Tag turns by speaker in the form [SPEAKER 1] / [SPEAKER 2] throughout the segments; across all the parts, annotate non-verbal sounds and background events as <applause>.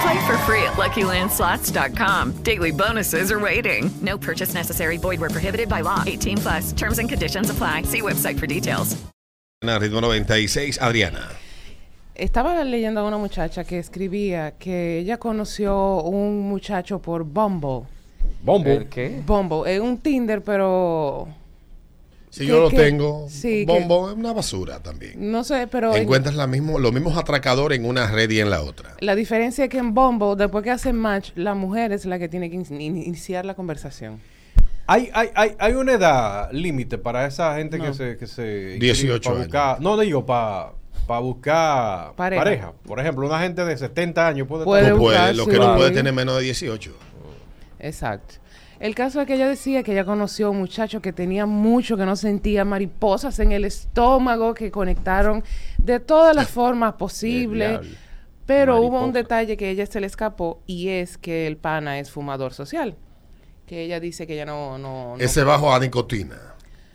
[SPEAKER 1] Play for free at LuckyLandSlots.com. Daily bonuses are waiting. No purchase necessary. Void were prohibited by law. 18 plus. Terms and conditions apply. See website for details.
[SPEAKER 2] Ritmo 96, Adriana.
[SPEAKER 3] Estaba leyendo a una muchacha que escribía que ella conoció un muchacho por Bumble.
[SPEAKER 4] Bombo.
[SPEAKER 5] ¿Qué?
[SPEAKER 3] Bumble es un Tinder, pero
[SPEAKER 4] Si
[SPEAKER 3] que-
[SPEAKER 4] yo lo
[SPEAKER 3] que-
[SPEAKER 4] tengo.
[SPEAKER 3] sí,
[SPEAKER 4] Bombo es una basura también.
[SPEAKER 3] no sé, pero en-
[SPEAKER 4] Encuentras la mismo, los mismos atracadores en una red y en la otra.
[SPEAKER 3] la diferencia es que en Bumble, después que hacen match, la mujer es la que tiene que in- iniciar la conversación.
[SPEAKER 5] Hay, hay, hay, hay una edad límite para esa gente que se... Que se inscribe
[SPEAKER 4] 18
[SPEAKER 5] para buscar-
[SPEAKER 4] años.
[SPEAKER 5] No digo para buscar
[SPEAKER 3] Pareja.
[SPEAKER 5] pareja. Por ejemplo, una gente de 70 años puede...
[SPEAKER 3] Puede
[SPEAKER 5] estar-
[SPEAKER 4] No puede,
[SPEAKER 3] buscar,
[SPEAKER 4] lo
[SPEAKER 3] sí.
[SPEAKER 4] que no puede tener menos de 18.
[SPEAKER 3] Exacto. El caso es que ella decía que ella conoció a un muchacho que tenía mucho, que no sentía mariposas en el estómago, que conectaron de todas las formas posibles.
[SPEAKER 5] Eh, diablo.
[SPEAKER 3] Pero hubo un
[SPEAKER 5] Mariposa.
[SPEAKER 3] detalle que a ella se le escapó y es que el pana es fumador social. Que ella dice que ella no... no, no-
[SPEAKER 4] Ese bajo a nicotina.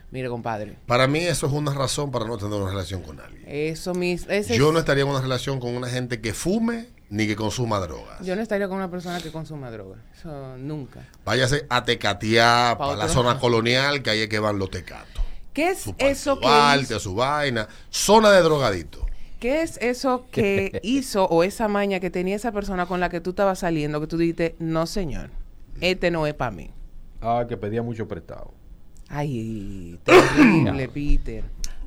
[SPEAKER 3] Mire, compadre.
[SPEAKER 4] Para mí eso es una razón para no tener una relación con alguien.
[SPEAKER 3] Eso mis, ese
[SPEAKER 4] Yo
[SPEAKER 3] es-
[SPEAKER 4] no estaría en una relación con una gente que fume ni que consuma drogas.
[SPEAKER 3] yo no estaría con una persona que consuma droga. Eso nunca.
[SPEAKER 4] Váyase a Tecatiá,
[SPEAKER 3] Pa'
[SPEAKER 4] para la
[SPEAKER 3] otro.
[SPEAKER 4] zona colonial, que ahí es que van los tecatos.
[SPEAKER 3] ¿Qué es
[SPEAKER 4] Su
[SPEAKER 3] eso que
[SPEAKER 4] parte,
[SPEAKER 3] hizo-
[SPEAKER 4] a su vaina. Zona de drogadito.
[SPEAKER 3] ¿Qué es eso
[SPEAKER 4] <laughs>
[SPEAKER 3] que hizo o esa maña que tenía esa persona con la que tú estabas saliendo que tú dijiste, no señor, este no es para mí?
[SPEAKER 5] Ah, que pedía mucho prestado.
[SPEAKER 4] <clears throat>
[SPEAKER 3] Ay, terrible, Peter.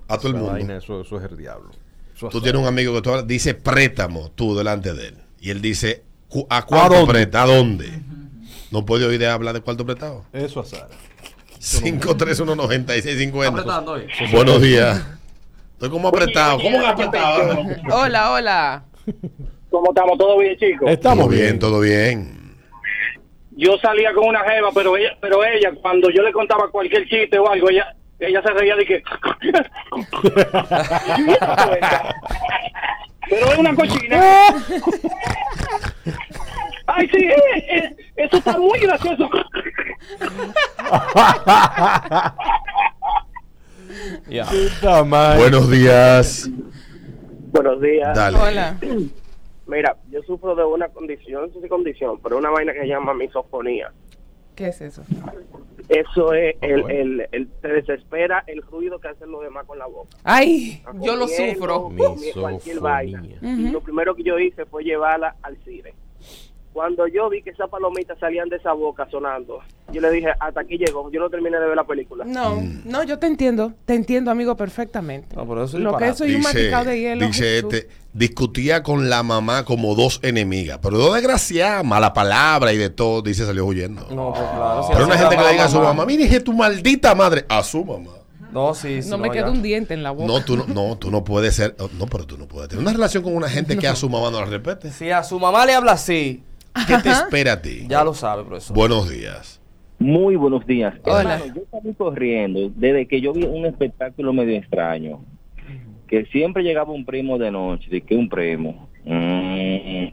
[SPEAKER 4] A todo el
[SPEAKER 5] Esa
[SPEAKER 4] mundo.
[SPEAKER 5] vaina, eso, eso es el diablo. Eso
[SPEAKER 4] Tú
[SPEAKER 5] es-
[SPEAKER 4] tienes un amigo que tú hablas, dice préstamo tú delante de él. Y él dice, "Cu- ¿a cuánto
[SPEAKER 5] dónde?
[SPEAKER 4] presta? ¿A dónde? No puedo oír de hablar de cuánto
[SPEAKER 5] <laughs>
[SPEAKER 4] prestado.
[SPEAKER 5] Eso es azar.
[SPEAKER 4] 5319650.
[SPEAKER 5] Apretando, eh.
[SPEAKER 4] Pues, Buenos días. Estoy como apretado. ¿Cómo que apretado?
[SPEAKER 3] Hola, hola.
[SPEAKER 6] ¿Cómo estamos? ¿Todo bien, chicos?
[SPEAKER 4] Estamos bien, todo bien.
[SPEAKER 6] Yo salía con una jeva, pero ella, pero ella cuando yo le contaba cualquier chiste o algo, ella ella se reía de que... pero es una cochina. Ay, sí, eh, eh, eso está muy gracioso.
[SPEAKER 5] Puta madre.
[SPEAKER 4] Buenos días.
[SPEAKER 6] Buenos días.
[SPEAKER 4] Dale.
[SPEAKER 3] Hola.
[SPEAKER 6] Mira, yo sufro de una condición, no sé si condición, pero una vaina que se llama misofonía.
[SPEAKER 3] ¿Qué es eso?
[SPEAKER 6] Eso es,
[SPEAKER 4] Ah,
[SPEAKER 5] el- bueno.
[SPEAKER 6] te desespera el ruido que hacen los demás con la boca.
[SPEAKER 3] Ay, yo lo
[SPEAKER 6] comiendo,
[SPEAKER 3] sufro.
[SPEAKER 6] comi- cualquier vaina. Y lo primero que yo hice fue llevarla al cine. Cuando yo vi que esas palomitas salían de esa boca sonando, yo le dije, hasta aquí llegó, yo no terminé de ver la película.
[SPEAKER 3] No,
[SPEAKER 4] Mm.
[SPEAKER 3] no, yo te entiendo, te entiendo, amigo, perfectamente.
[SPEAKER 5] No, pero eso es
[SPEAKER 3] lo que
[SPEAKER 5] disparate.
[SPEAKER 3] eso y un masticado de hielo.
[SPEAKER 4] dice
[SPEAKER 3] Jesús.
[SPEAKER 4] este, discutía con la mamá como dos enemigas, pero dos desgraciadas, mala palabra y de todo, dice, salió huyendo.
[SPEAKER 5] No, pues
[SPEAKER 7] Ah.
[SPEAKER 5] claro. si
[SPEAKER 4] pero una
[SPEAKER 5] así
[SPEAKER 4] gente
[SPEAKER 5] la
[SPEAKER 4] que le diga a su
[SPEAKER 5] mamá-
[SPEAKER 4] mamá, mire, dije tu maldita madre, a su mamá.
[SPEAKER 5] No, sí, sí.
[SPEAKER 3] No me
[SPEAKER 5] ya.
[SPEAKER 3] queda un diente en la boca.
[SPEAKER 4] No, tú no, no, tú no puedes ser, oh, no, pero tú no puedes tener una relación con una gente que a su mamá no la respete.
[SPEAKER 5] Si a su mamá le habla así,
[SPEAKER 4] ¿Qué te espera a ti?
[SPEAKER 5] ya lo sabe, profesor.
[SPEAKER 4] Buenos días.
[SPEAKER 8] Muy buenos días.
[SPEAKER 3] Hola.
[SPEAKER 8] Hermano, yo salí corriendo desde que yo vi un espectáculo medio extraño. Que siempre llegaba un primo de noche. ¿De qué un primo? Mm.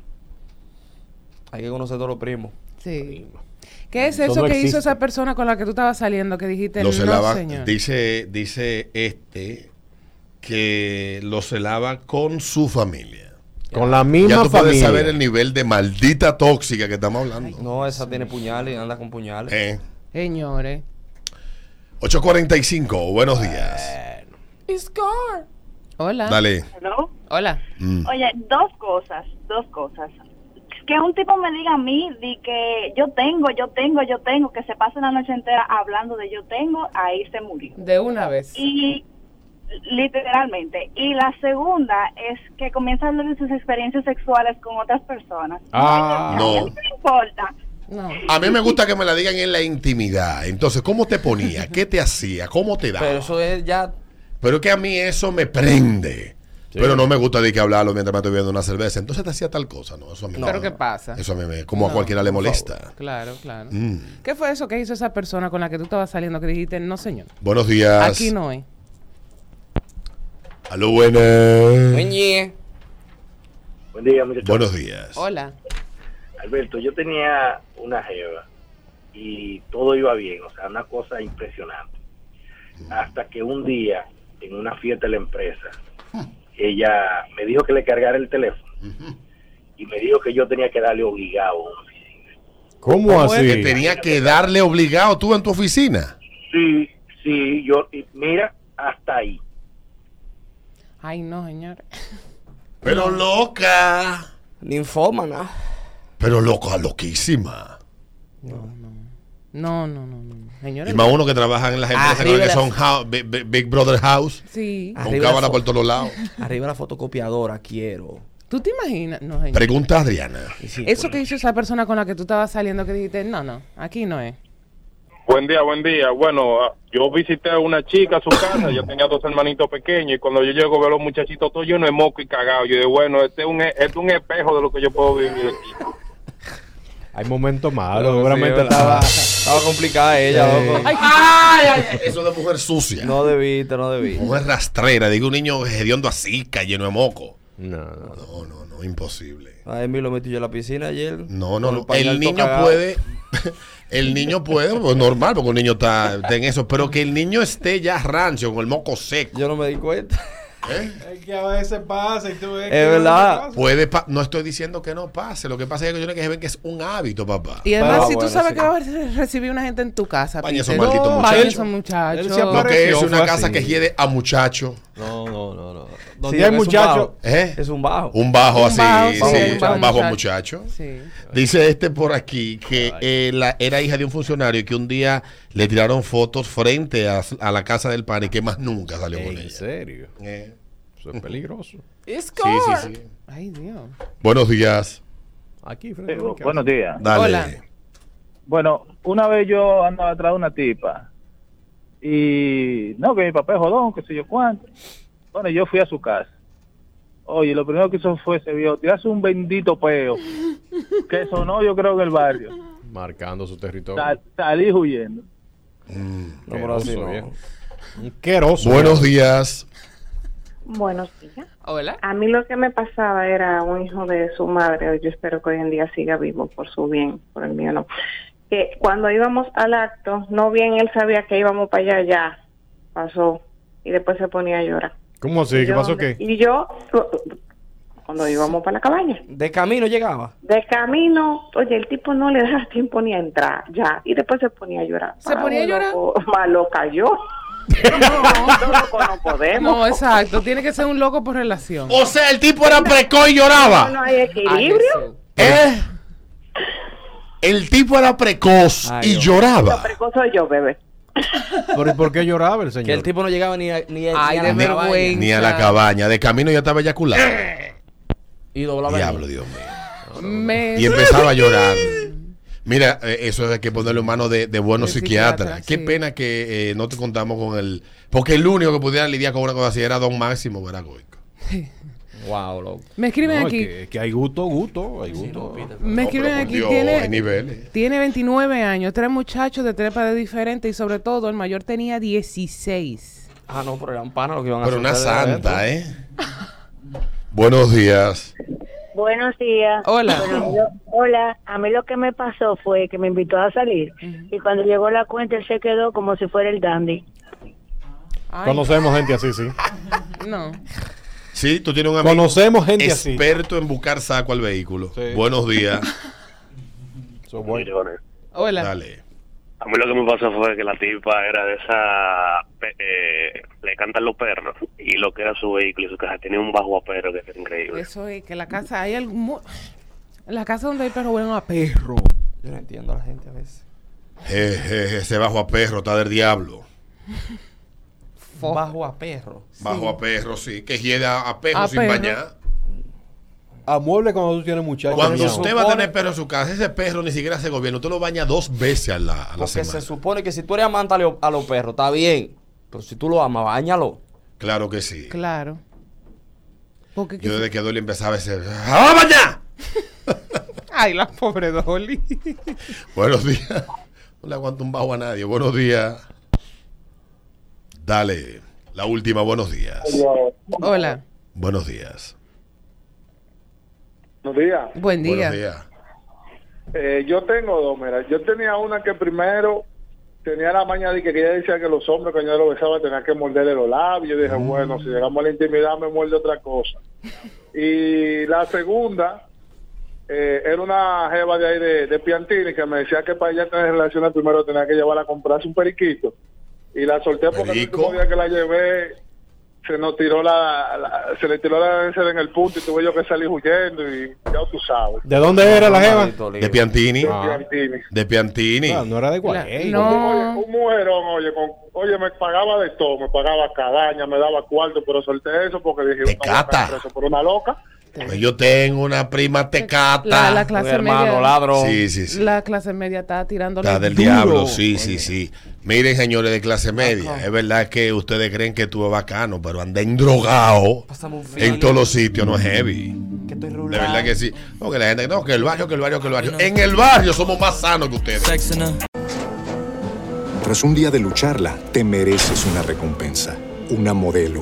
[SPEAKER 5] Hay que conocer todos los primos.
[SPEAKER 3] Sí. ¿Qué es
[SPEAKER 2] Eso
[SPEAKER 3] eso
[SPEAKER 2] no
[SPEAKER 3] que hizo
[SPEAKER 2] existe.
[SPEAKER 3] esa persona con la que tú estabas saliendo que dijiste,
[SPEAKER 4] Lo
[SPEAKER 3] no
[SPEAKER 4] celaba,
[SPEAKER 3] señor?
[SPEAKER 4] dice, dice este que lo celaba con su familia.
[SPEAKER 2] Con la
[SPEAKER 4] ya
[SPEAKER 2] misma
[SPEAKER 4] tú puedes
[SPEAKER 2] familia.
[SPEAKER 4] saber el nivel de maldita tóxica que estamos hablando.
[SPEAKER 5] No, esa tiene puñales, anda con puñales.
[SPEAKER 4] Eh.
[SPEAKER 3] Señores.
[SPEAKER 4] 845, buenos días.
[SPEAKER 5] Eh.
[SPEAKER 3] Hola.
[SPEAKER 4] Dale.
[SPEAKER 9] ¿no?
[SPEAKER 3] Hola.
[SPEAKER 4] Mm.
[SPEAKER 9] Oye, dos cosas, dos cosas. Que un tipo me diga a mí de que yo tengo, yo tengo, yo tengo, que se pase la noche entera hablando de yo tengo, ahí se murió.
[SPEAKER 3] De una vez.
[SPEAKER 9] Y literalmente. Y la segunda es que comienza a hablar de sus experiencias sexuales con otras personas.
[SPEAKER 4] Ah,
[SPEAKER 9] no.
[SPEAKER 4] no.
[SPEAKER 9] No importa.
[SPEAKER 4] A mí me gusta que me la digan en la intimidad. Entonces, ¿cómo te ponía? ¿Qué te hacía? ¿Cómo te daba?
[SPEAKER 10] Pero eso es ya.
[SPEAKER 4] Pero es que a mí eso me prende. Pero no me gusta de que hablarlo mientras me estoy bebiendo una cerveza. Entonces te hacía tal cosa, ¿no? Eso a mí
[SPEAKER 3] No.
[SPEAKER 4] me-
[SPEAKER 3] Pero ¿qué pasa?
[SPEAKER 4] Eso a mí me, como a
[SPEAKER 3] No,
[SPEAKER 4] cualquiera le
[SPEAKER 3] por
[SPEAKER 4] molesta.
[SPEAKER 3] Claro, claro.
[SPEAKER 4] Mm.
[SPEAKER 3] ¿Qué fue eso que hizo esa persona con la que tú estabas saliendo que dijiste, no señor?
[SPEAKER 4] Buenos días.
[SPEAKER 3] Aquí no es.
[SPEAKER 4] Aló,
[SPEAKER 3] Eh,
[SPEAKER 4] buenas.
[SPEAKER 7] Buen día, muchachos.
[SPEAKER 4] Buenos días.
[SPEAKER 3] Hola.
[SPEAKER 7] Alberto, yo tenía una jeva y todo iba bien, o sea, una cosa impresionante. Hasta que un día, en una fiesta de la empresa, ella me dijo que le cargara el teléfono y me dijo que yo tenía que darle obligado.
[SPEAKER 4] ¿Cómo,
[SPEAKER 7] así?
[SPEAKER 4] Que tenía que darle obligado tú en tu oficina.
[SPEAKER 7] Sí, sí, yo, y mira, hasta ahí.
[SPEAKER 3] Ay, no, señor. <laughs>
[SPEAKER 4] Pero loca.
[SPEAKER 10] Linfómana.
[SPEAKER 4] Pero loca, loquísima.
[SPEAKER 3] No, no, no, no. Señor.
[SPEAKER 4] Y más uno que trabajan en las empresas
[SPEAKER 10] Arriba
[SPEAKER 4] que
[SPEAKER 10] la-
[SPEAKER 4] son hou- Big, Big- Big Brother House.
[SPEAKER 3] Sí.
[SPEAKER 4] Con cámara por todos lados.
[SPEAKER 10] Arriba la fotocopiadora, quiero.
[SPEAKER 3] ¿Tú te imaginas? No, señor.
[SPEAKER 4] Pregunta a Adriana.
[SPEAKER 3] Eso que hizo esa persona con la que tú estabas saliendo que dijiste, no, no, aquí no es.
[SPEAKER 11] Buen día, buen día. Bueno, ah, yo visité a una chica a su casa, yo tenía dos hermanitos pequeños y cuando yo llego veo a los muchachitos todos llenos de moco y cagados. Yo digo, bueno, este es, un, e- este es un espejo de lo que yo puedo vivir aquí.
[SPEAKER 5] Hay momentos malos,
[SPEAKER 10] Pero sí,
[SPEAKER 5] seguramente
[SPEAKER 10] ¿verdad?
[SPEAKER 5] estaba...
[SPEAKER 10] Estaba complicada ella,
[SPEAKER 5] Sí.
[SPEAKER 10] loco.
[SPEAKER 5] Ay,
[SPEAKER 4] Eso de mujer sucia.
[SPEAKER 10] No debiste, no debiste.
[SPEAKER 4] Mujer rastrera. Digo, un niño hediondo así, lleno de moco.
[SPEAKER 5] No,
[SPEAKER 4] no, no, no, imposible.
[SPEAKER 10] A Ah, Emil lo metí yo a la piscina ayer.
[SPEAKER 4] No, no,
[SPEAKER 10] Con
[SPEAKER 4] no.
[SPEAKER 10] pañal
[SPEAKER 4] El niño
[SPEAKER 10] tocado.
[SPEAKER 4] puede. <laughs> El niño puede, pues normal, porque un niño está, está en eso. Pero que el niño esté ya rancio, con el moco seco.
[SPEAKER 10] Yo no me di cuenta.
[SPEAKER 4] ¿Eh?
[SPEAKER 5] Es que a veces pasa y tú ves que
[SPEAKER 10] Es verdad.
[SPEAKER 4] Puede pa- no estoy diciendo que no pase. Lo que pasa es que yo creo que se ven que es un hábito, papá.
[SPEAKER 3] Y además, si tú sabes que vas a re- recibir una gente en tu casa,
[SPEAKER 4] Baña esos
[SPEAKER 3] Peter.
[SPEAKER 4] malditos
[SPEAKER 3] No,
[SPEAKER 4] muchachos.
[SPEAKER 3] baña esos muchachos.
[SPEAKER 4] Lo que es una casa que hiede a muchacho.
[SPEAKER 10] No, no, no. no.
[SPEAKER 4] Donde hay muchacho- ¿Eh?
[SPEAKER 10] Es un bajo.
[SPEAKER 4] Un bajo
[SPEAKER 10] Un
[SPEAKER 4] así,
[SPEAKER 10] bajo,
[SPEAKER 4] sí,
[SPEAKER 10] sí,
[SPEAKER 4] un bajo,
[SPEAKER 10] muchacho.
[SPEAKER 4] muchacho.
[SPEAKER 3] Sí.
[SPEAKER 4] Dice este por aquí que eh, la- era hija de un funcionario y que un día le tiraron fotos frente a, a la casa del pan y que más nunca salió con
[SPEAKER 5] ¿En
[SPEAKER 4] ella. Eh,
[SPEAKER 5] serio? Eso es peligroso.
[SPEAKER 3] It's
[SPEAKER 4] Sí, sí, sí.
[SPEAKER 3] Ay, Dios.
[SPEAKER 4] Buenos días.
[SPEAKER 5] Aquí,
[SPEAKER 8] Sí, bu- buenos días.
[SPEAKER 4] Dale.
[SPEAKER 8] Bueno, una vez yo andaba atrás de una tipa y no, que mi papá es jodón, que sé yo cuánto. Bueno, yo fui a su casa. Oye, lo primero que hizo fue ese viejo tirarse un bendito peo que sonó yo creo en el barrio.
[SPEAKER 5] Marcando su territorio.
[SPEAKER 8] Sal- salí huyendo.
[SPEAKER 5] Qué
[SPEAKER 10] pero así
[SPEAKER 5] oso,
[SPEAKER 10] no.
[SPEAKER 5] viejo. Un queroso.
[SPEAKER 4] Buenos días.
[SPEAKER 12] Buenos días.
[SPEAKER 3] Hola.
[SPEAKER 12] A mí lo que me pasaba era un hijo de su madre, yo espero que hoy en día siga vivo por su bien, por el mío no. Que cuando íbamos al acto, no bien él sabía que íbamos para allá, ya pasó y después se ponía a llorar.
[SPEAKER 5] ¿Cómo así? ¿Qué
[SPEAKER 12] Yo-
[SPEAKER 5] pasó qué?
[SPEAKER 8] <laughs>
[SPEAKER 12] Y yo, cuando íbamos para la cabaña.
[SPEAKER 10] De camino llegaba.
[SPEAKER 12] de camino, oye, el tipo no le daba tiempo ni a entrar, ya, y después se ponía a llorar.
[SPEAKER 3] ¿Se ponía a
[SPEAKER 12] un
[SPEAKER 3] llorar?
[SPEAKER 12] loco, Malo cayó. no podemos.
[SPEAKER 3] No, exacto. Tiene que ser un loco por relación.
[SPEAKER 4] O sea, el tipo era precoz y lloraba.
[SPEAKER 12] No, no hay equilibrio.
[SPEAKER 4] ¿Eh? El tipo era precoz y
[SPEAKER 12] Lo
[SPEAKER 4] lloraba.
[SPEAKER 12] precoz soy yo, bebé.
[SPEAKER 5] ¿Pero y por qué lloraba el señor?
[SPEAKER 10] Que el tipo no llegaba ni a, ni a-
[SPEAKER 3] Ay,
[SPEAKER 10] ni a la
[SPEAKER 3] de vergüenza.
[SPEAKER 10] cabaña.
[SPEAKER 4] Ni a la cabaña. De camino ya estaba eyaculado.
[SPEAKER 10] Y doblaba.
[SPEAKER 4] Diablo, Dios mío.
[SPEAKER 3] Me-
[SPEAKER 4] Y empezaba a llorar. Mira, eh, eso hay que ponerle en manos de, de buenos
[SPEAKER 3] De
[SPEAKER 4] psiquiatras.
[SPEAKER 3] psiquiatras,
[SPEAKER 4] Qué
[SPEAKER 3] sí.
[SPEAKER 4] pena que eh, no te contamos con el. Porque el único que pudiera lidiar con una cosa así era Don Máximo Veragoico.
[SPEAKER 10] Wow, loco.
[SPEAKER 3] Me escriben
[SPEAKER 5] No, es
[SPEAKER 3] aquí.
[SPEAKER 5] que, es que hay gusto, gusto, hay gusto.
[SPEAKER 3] Me escriben
[SPEAKER 4] por
[SPEAKER 3] aquí.
[SPEAKER 4] Dios,
[SPEAKER 3] tiene,
[SPEAKER 4] hay niveles.
[SPEAKER 3] tiene 29 años, tres muchachos de tres padres diferentes y sobre todo el mayor tenía 16.
[SPEAKER 10] Ah, no, pero eran panas lo que iban a
[SPEAKER 4] Pero una
[SPEAKER 10] hacer ustedes,
[SPEAKER 4] santa, ¿eh? buenos días.
[SPEAKER 13] Buenos días.
[SPEAKER 3] Hola.
[SPEAKER 13] Bueno, a mí lo- hola. A mí lo que me pasó fue que me invitó a salir y cuando llegó la cuenta él se quedó como si fuera el dandy.
[SPEAKER 3] Ay,
[SPEAKER 5] Conocemos gente así, sí.
[SPEAKER 3] No.
[SPEAKER 4] Sí, tú tienes un amigo.
[SPEAKER 5] Conocemos gente así.
[SPEAKER 4] experto en buscar saco al vehículo. Buenos días.
[SPEAKER 14] Millones.
[SPEAKER 3] Hola.
[SPEAKER 4] Dale.
[SPEAKER 14] A mí lo que me pasó fue que la tipa era de esa. pe- eh, le cantan los perros. Y lo que era su vehículo y su caja tenía un bajo a perro que era increíble.
[SPEAKER 3] Eso es que la casa hay algún. mu- La casa donde hay perro huelen a perro.
[SPEAKER 10] Yo no entiendo a la gente a veces.
[SPEAKER 4] Eh, eh, ese bajo a perro está del diablo.
[SPEAKER 3] fofo.
[SPEAKER 10] Bajo a perro.
[SPEAKER 4] Bajo a perro, sí. Que hiede a, a perro
[SPEAKER 3] A
[SPEAKER 4] sin
[SPEAKER 3] perro.
[SPEAKER 4] bañar.
[SPEAKER 5] A mueble cuando tú tienes muchachos.
[SPEAKER 4] Cuando
[SPEAKER 5] miau.
[SPEAKER 4] usted va a tener perro en su casa, ese perro ni siquiera se gobierna. Usted lo baña dos veces a la, a la
[SPEAKER 10] Porque
[SPEAKER 4] semana.
[SPEAKER 10] se supone que si tú eres amante a, lo- a los perros, está bien. Pero si tú lo amas, bañalo.
[SPEAKER 4] Claro que sí.
[SPEAKER 3] Claro. Porque
[SPEAKER 4] Yo desde que Dolly empezaba a decir, ¡Ah, mañana!
[SPEAKER 3] Ay, la
[SPEAKER 4] <laughs>
[SPEAKER 3] pobre Dolly.
[SPEAKER 4] Buenos días. <laughs> No le aguanto un bajo a nadie. Buenos días. Dale. La última, buenos días.
[SPEAKER 3] Hola.
[SPEAKER 4] Buenos días.
[SPEAKER 15] Buenos días.
[SPEAKER 3] Buen día.
[SPEAKER 4] Buenos días.
[SPEAKER 15] Eh, yo tengo dos, mira. Yo tenía una que primero tenía la maña de que ella decía que los hombres cuando yo lo besaba tenían que morderle los labios. Yo dije, bueno, si llegamos a la intimidad me muerde otra cosa. y la segunda eh, era una jeva de ahí de, de Piantini que me decía que para ella tener relaciones primero tenía que llevarla a comprarse un periquito. Y la solté porque
[SPEAKER 4] Perico.
[SPEAKER 15] el último día que la llevé se nos tiró la, la- se le tiró la láncera en el punto y tuve yo que salir huyendo y ya tú sabes.
[SPEAKER 5] ¿De dónde era la jeva?
[SPEAKER 4] De Piantini.
[SPEAKER 15] De Piantini.
[SPEAKER 4] De Piantini.
[SPEAKER 5] Ah, no era de Guay.
[SPEAKER 15] Oye, un mujerón, oye, con- oye, me pagaba de todo, me pagaba cadaña, me daba cuarto, pero solté eso porque dije, "Una loca
[SPEAKER 4] cata.
[SPEAKER 15] preso por una loca.
[SPEAKER 4] Pues yo tengo una prima tecata.
[SPEAKER 3] La- la clase Un hermano media. ladrón.
[SPEAKER 4] Sí, sí, sí.
[SPEAKER 3] La clase media está tirando
[SPEAKER 4] La del diablo, sí, sí, sí. Miren, señores de clase media, es verdad que ustedes creen que tú es bacano, pero anden drogados en todos los sitios, no es heavy. de verdad que sí. No, que la gente, no, que el barrio, que el barrio, que el barrio. En el barrio somos más sanos que ustedes.
[SPEAKER 16] Tras un día de lucharla, te mereces una recompensa, una modelo,